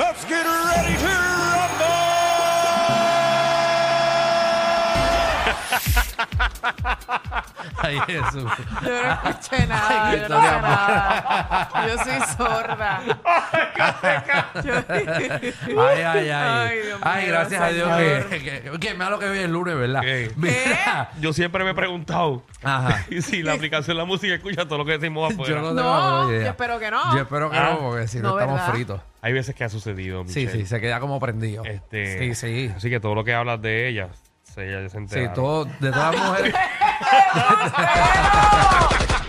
let's get ready to Ay, Jesús. Yo no escuché nada, Ah. Ay, yo no Victoria, sé nada. Yo soy sorda. Yo- Ay, ay, ay. Ay, Dios Ay, mío, gracias a Dios señor. que, que, que malo que hoy es lunes, ¿verdad? Sí. Mira. Yo siempre me he preguntado Ajá. y si la aplicación de la música escucha todo lo que decimos afuera. Yo no tengo No, la menor idea. yo espero que no. Yo espero que Ah. no, porque si no, No, estamos ¿verdad? fritos. Hay veces que ha sucedido, Sí, Michelle. sí, se queda como prendido. Este, Sí, sí. Así que todo lo que hablas de ella, se, ella se Sí, entera. todo, de todas las mujeres,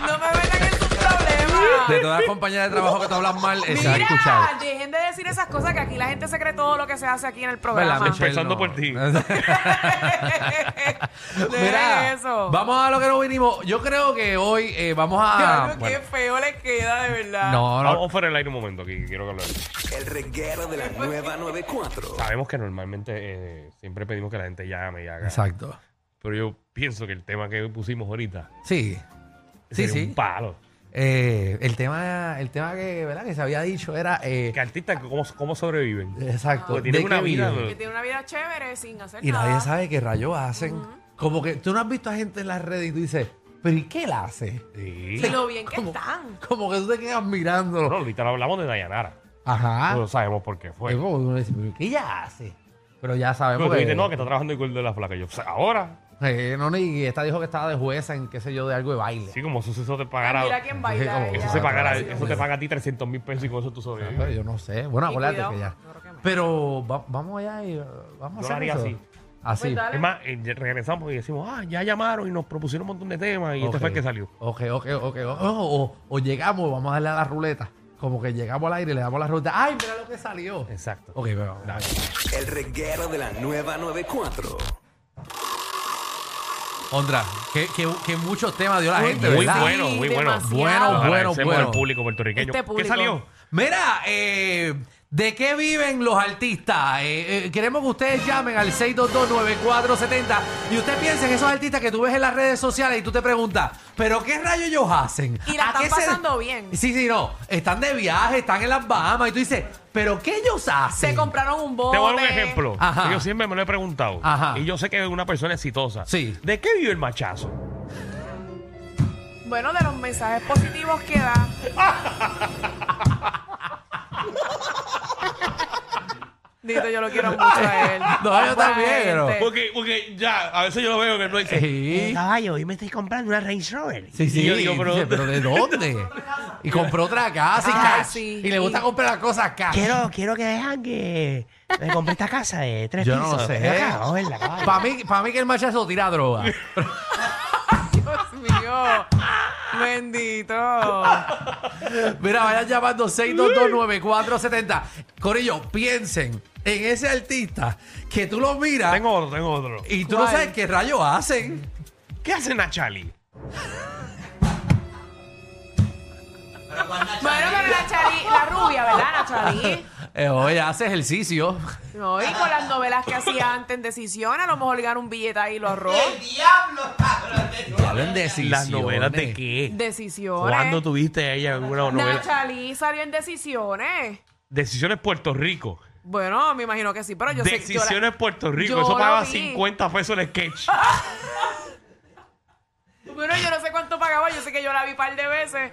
No me metan en sus de problemas. todas las compañeras de trabajo que tú hablas mal, eh, se va a Mira, escuchar. dejen de decir esas cosas que aquí la gente se cree todo lo que se hace aquí en el ¿Verdad, programa. Michelle? Pensando por ti. Mira, Mira, eso. vamos a lo que nos vinimos. Yo creo que hoy eh, vamos a... Diablo, qué bueno, feo le queda, de verdad. no, no, Vamos fuera del aire un momento aquí, quiero hablar. El reguero de la nueva 94. Sabemos que normalmente eh, siempre pedimos que la gente llame y haga. exacto. Pero yo pienso que el tema que pusimos ahorita Sí. Sí, sería sí. un palo. Eh, el tema, el tema que, ¿verdad? que se había dicho era. eh, Que artistas, ¿cómo, cómo sobreviven? exacto. Porque tienen ¿de una qué vida, viven? ¿no? Que tiene una vida chévere sin hacer Y nada. nadie sabe qué rayos hacen. Como que tú no has visto a gente en las redes y tú dices, ¿pero y qué la hace? Sí. Y lo bien que Como- están. Como que tú te quedas Bueno, mirándolo. ahorita hablamos de Dayanara. Ajá. No sabemos por qué fue. Ah. Es como que uno dice, ¿pero qué ella hace? Pero ya sabemos Pero tú que. dices, no, que está trabajando el cuerpo de la flaca. Yo, pues, ahora, Eh, no, ni esta dijo que estaba de jueza en qué sé yo, de algo de baile. sí, como eso, eso te Ay, pagará. Ah, Mira quién como- baila. ella. Pues Eso, Ah, se pagará, sí, eso bueno. te paga a ti 300 mil pesos y con eso tú Ah, Pero sobrevives. yo no sé. Bueno, Y acuérdate que ya. cuidado, yo creo que me- Pero va- vamos allá y eh, vamos Yo a lo hacer haría eso. así. Así. Pues dale. Es más, eh, ya regresamos y decimos, ah, ya llamaron y nos propusieron un montón de temas y Ok. este fue el que salió. Ok, ok, ok. O, o- o llegamos, vamos a darle a la ruleta. Como que llegamos al aire, le damos la ruleta. ¡Ay, mira lo que salió! Exacto. Ok, pero. El reguero de la nueva 94. Ondra, que, que, que muchos temas dio la gente, Muy ¿verdad? bueno, muy bueno. demasiado. Bueno, Lo bueno, agradecemos bueno. al público puertorriqueño. Este ¿Qué público. salió? Mira, eh, ¿de qué viven los artistas? Eh, eh, queremos que ustedes llamen al 622-9470 y usted piensa en esos artistas que tú ves en las redes sociales y tú te preguntas, ¿pero qué rayos ellos hacen? Y la ¿A qué están se- pasando bien. Sí, sí, no. Están de viaje, están en las Bahamas y tú dices, ¿pero qué ellos hacen? Se compraron un bote. Te voy a dar un ejemplo. Ajá. que Yo siempre me lo he preguntado. Ajá. Y yo sé que es una persona exitosa. Sí. ¿De qué vive el machazo? Eh. Bueno, de los mensajes positivos que da. Dito, yo lo quiero mucho a él. No, yo Buena también, gente. pero- Porque, porque ya, a veces yo lo veo que no dice. Sí. caballo, hoy me estoy comprando una Range Rover. Sí, sí, Y yo digo, dice, pero ¿de dónde? y compró otra casa y Ah, cash. sí. Y le gusta comprar las cosas cash. quiero, quiero que dejan que me compré esta casa de tres Yo no pisos. lo sé. Ven acá, vamos a verla, caballo. Para mí, pa' mí que el machazo tira droga. Dios mío. Bendito. Mira, vayan llamando 6229470. Corillo, piensen en ese artista que tú lo miras Tengo otro, tengo otro. y tú no ¿Cuál? sabes qué rayos hacen. ¿Qué hace Nachali? Bueno, pero la Chari, la rubia, ¿verdad, la Chari? Eh, oye, hace ejercicio. No, y con las novelas que hacía antes en Decisión, a lo mejor le ganó un billete ahí y lo ahorró. Y hablan de decisiones. ¿Las novelas de qué? ¿Cuándo Decisiones. tuviste a ella en una novela? Nachalí salió en Decisiones. Decisiones Puerto Rico. Bueno, me imagino que sí, pero yo sé que. yo la- Decisiones Puerto Rico. yo Eso la pagaba vi. 50 pesos el sketch. Bueno, yo no sé cuánto pagaba, yo sé que yo la vi un par de veces.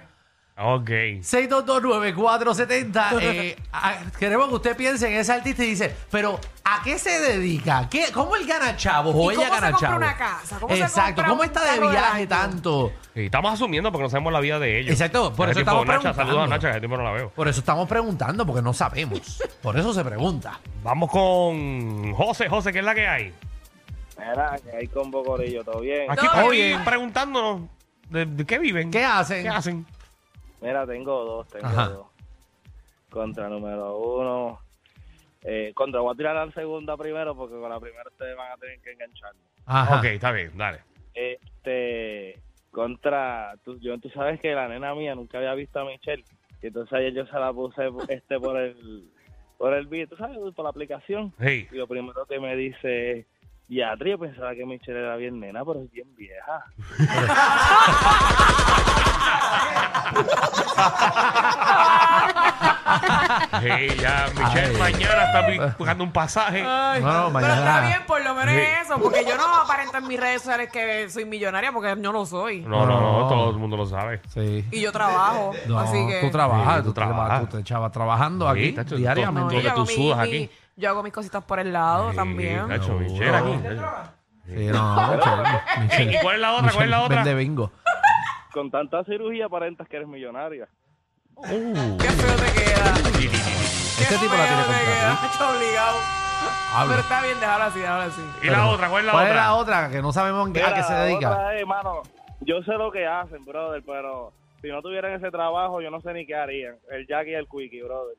ok. 6229470. Eh, a- queremos que usted piense en ese artista y dice, pero ¿a qué se dedica? ¿Qué, ¿Cómo él gana chavos o ¿Y ella cómo se gana compra chavos? una casa? ¿Cómo se Exacto. compra ¿Cómo un está de carro del viaje año? tanto? Y estamos asumiendo porque no sabemos la vida de ellos. Exacto, por Hace eso tiempo, estamos Nacha, preguntando. saludos a Nacha, que hace tiempo no la veo. Por eso estamos preguntando, porque no sabemos. Por eso se pregunta. Vamos con José, José, ¿qué es la que hay? Mira, que hay combo corillo, todo bien. Aquí, No, oye, no. preguntándonos de, de qué viven. ¿Qué hacen? ¿Qué hacen? Mira, tengo dos, tengo Ajá. dos. Contra número uno. Eh, contra, voy a tirar a la segunda primero porque con la primera ustedes van a tener que engancharme. Ajá. Ok, está bien, dale. Este, contra, tú, yo, tú sabes que la nena mía nunca había visto a Michelle. Y entonces ayer yo se la puse este por el, por el video, tú sabes, por la aplicación. Sí. Y lo primero que me dice es, Beatriz, yo pensaba que Michelle era bien nena, pero es bien vieja. Sí, ya, Michelle, Ay. mañana está bu- buscando un pasaje. Ay, Bueno, pero está mañana. bien, por lo menos Sí. es eso, porque yo no aparento en mis redes sociales que soy millonaria, porque yo no soy. No, no, no, No. todo el mundo lo sabe. Sí. Y yo trabajo, No, así que... tú trabajas, Sí, tú, tú trabajas, trabajas. tú te echabas trabajando Sí, aquí tacho, No, diariamente. todo- yo, que tú hago mi- sudas mi- aquí. yo hago mis cositas por el lado Oh, también. Sí, tacho, No, Michelle no. aquí. tacho. Sí, no, Michelle, Michelle- ¿Y cuál es la otra? ¿Cuál es la Michelle otra? vende bingo. Con tanta cirugía aparentas que eres millonaria. Uh, Qué feo te queda. Qué Este tipo la feo tiene te contra queda, ti. macho, obligado. Habla. Pero está bien, déjalo así, déjalo así. ¿Y la otra? ¿Cuál es la ¿Cuál otra? es la otra? Que no sabemos en qué- a qué se Mira, dedica. otra es, mano, yo sé lo que hacen, brother, pero si no tuvieran ese trabajo, yo no sé ni qué harían. El Jack y el Quickie, brother.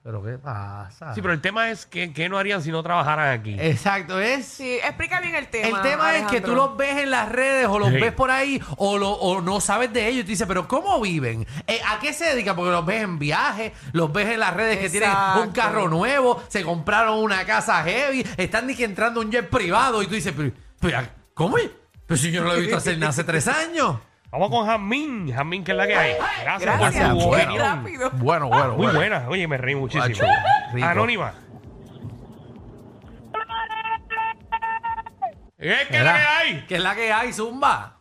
Pero qué pasa. Sí, pero el tema es que, que no harían si no trabajaran aquí. Eh. Exacto, es. Sí, explica bien el tema. El tema es que tú Alejandro. los ves en las redes o los Sí. ves por ahí o, lo- o no sabes de ellos y te dices, pero ¿cómo viven? Eh, ¿A qué se dedican? Porque los ves en viajes, los ves en las redes que tienen un Exacto. carro nuevo, se compraron una casa heavy, están ni que entrando a un jet privado y tú dices, pero, pero, ¿cómo? Pero si yo no lo he visto hacer hace tres años. Vamos con Jamín. Jamín, que es la que hay. Gracias, Gracias, por tu qué opinión. rápido. Bueno, bueno, Ah, Muy buena. Oye, me reí muchísimo. Guacho, rico. Anónima. Eh, ¿Qué es la que Mira, hay? ¿Qué es la que hay, Zumba?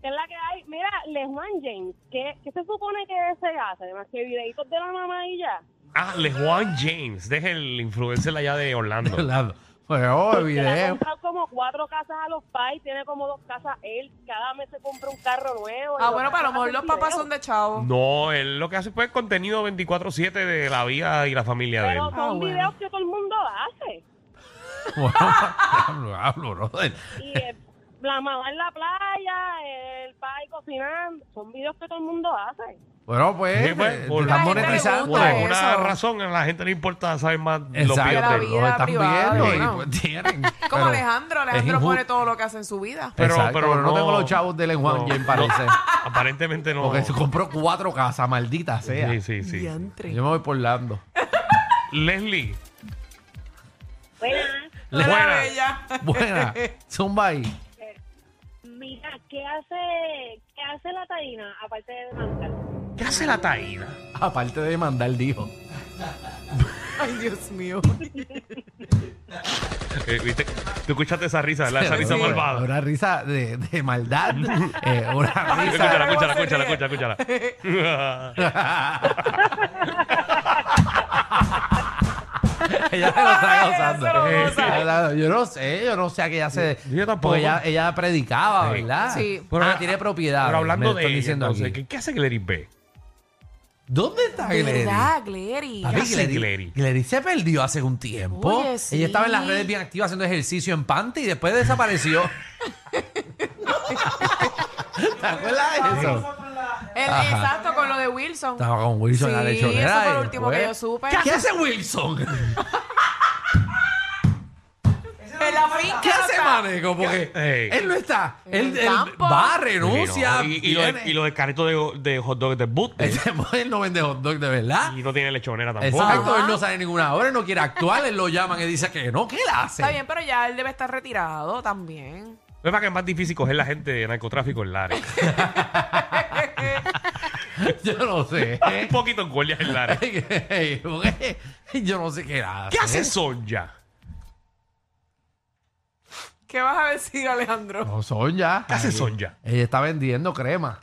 que es la que hay. Mira, Le Juan James, ¿qué, qué se supone que se hace? Además que videitos de la mamá y ya. Ah, LeJuan James. Deja el influencer allá de Orlando. Claro. Pero, Que le ha video. comprado como cuatro casas a los pais, tiene como dos casas él, cada mes se compra un carro nuevo. y Ah, lo bueno, saca para lo a mejor hacer los papás videos. son de chavo. No, él lo que hace pues contenido 24-7 de la vida y la familia de él. Pero son Ah, bueno. videos que todo el mundo hace. Bueno, hablo, hablo, brother. Y eh, la mamá en la playa, el pai cocinando, son videos que todo el mundo hace. Bueno, pues, Sí, pues, eh, por- están La gente le monetizando. Por gusta alguna eso. razón a la gente le importa saber más los Exacto, videos la de vida él. los están privada, viendo ¿no? y pues tienen. Como Pero Alejandro, es Alejandro pone injusto. todo lo que hace en su vida. Pero, Exacto, pero pero no tengo los chavos de Len Juan no, James, parece. no, aparentemente no. Porque se compró cuatro casas, maldita sea. sí, sí, sí. Diantre. Yo me voy por Lando. Leslie, Buenas. La buena. bella. Buena. Zumba ahí. Mira, ¿qué hace, qué hace la taína aparte de demandar? ¿qué hace la Taina? Aparte de mandar, dijo. Ay, Dios mío. Eh, ¿viste? Tú escuchaste esa risa, ¿verdad? Esa risa Sí. malvada. Una risa de, de maldad. eh, una risa. Escúchala, escúchala, escúchala, escúchala, escúchala. ella se lo está Ay, gozando. ella se lo goza. Ella- Yo no sé, yo no sé a qué ella se. Yo tampoco. Porque ella, ella predicaba, Sí. ¿verdad? Sí. Pero Ah, tiene propiedad. Pero hablando de ella, diciendo entonces, aquí. ¿qué, qué hace Glary B? ¿Dónde está Glenny? ¿Verdad, Glery? Papi, hace Glady- Glady? Glady se perdió hace un tiempo. Oye, sí. Ella estaba en las redes bien activa haciendo ejercicio en panty y después desapareció. ¿Te acuerdas de eso? El, Ajá. exacto, con lo de Wilson. Estaba con Wilson en la Sí, lechonera. eso fue y lo último que después- yo supe. ¿Qué hace Wilson? En la finca. ¿Qué hace está. Maneco? Porque Ey. él no está. Él, el él campo. va, renuncia. y, y lo de, viene. y lo del carrito de, de hot dog de boot. Ese modelo no vende hot dog de verdad. Y no tiene lechonera tampoco. Exacto, él no sale ninguna hora, él no quiere actuar, él lo llaman y dice que no, ¿qué él hace? Está bien, pero ya él debe estar retirado también. No es para que es más difícil coger la gente de narcotráfico en Lares. Yo no sé. Un poquito en guardias en Lares. Porque Yo no sé qué hace. ¿Qué hace Sonja? ¿Qué vas a decir, Alejandro? No, Sonja. ¿Qué hace Ay, Sonja? Ella está vendiendo crema.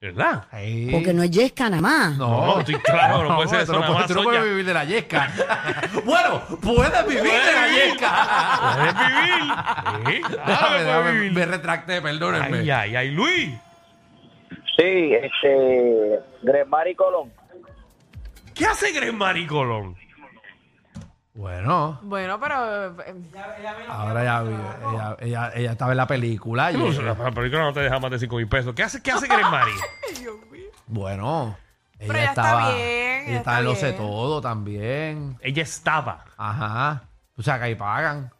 ¿Verdad? Ay. Porque no es yesca nada más. No, estoy claro, no puede ser tú eso, no nada puedes- más tú no Sonja. puedes vivir de la yesca. bueno, puedes vivir de la vivir. yesca. ¿Puedes vivir? Sí, claro que Dame, puede dame, Ah, vivir. Ah. me retracté, perdónenme. Ay, ay, ay, Luis. Sí, este, Gremari Colón. ¿Qué hace Gresmari Colón? Bueno, Bueno, pero. eh, ahora ya vive. Ella, ella, ella estaba en la película. y- No, La la película no te deja más de 5 mil pesos. ¿Qué hace, qué hace Gresmari? Dios mío. bueno, ella Pero ya estaba. está bien. bien. Ella está en lo sé bien. todo también. Ella estaba, Ajá. O sea, que ahí pagan.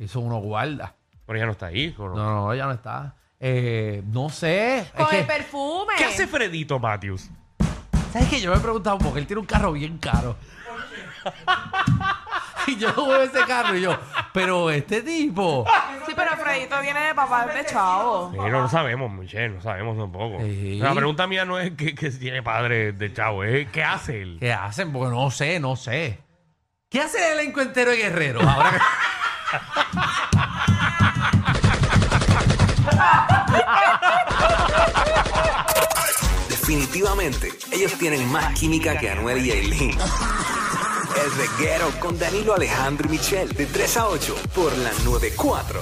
Eso uno guarda. pero ella no está ahí. ¿o no? No, no, ella no está. Eh, no sé. Es Con que- el perfume. ¿Qué hace Fredito Matthews? ¿Sabes qué? Yo me he preguntado porque él tiene un carro bien caro. y yo veo ese carro y yo, pero este tipo. Sí, pero Fredito viene de papá de chavo. Eh, no lo sabemos, Michelle, no sabemos tampoco. Sí. La pregunta mía no es que, que si tiene padre de chavo, es qué hace él. ¿Qué hacen? Porque no sé, no sé. ¿Qué hace el elenco entero de Guerrero? Ahora que- Definitivamente, ellos tienen más química que Anuel y Aileen. El reguero con Danilo Alejandro y Michel de 3 a 8 por la 94.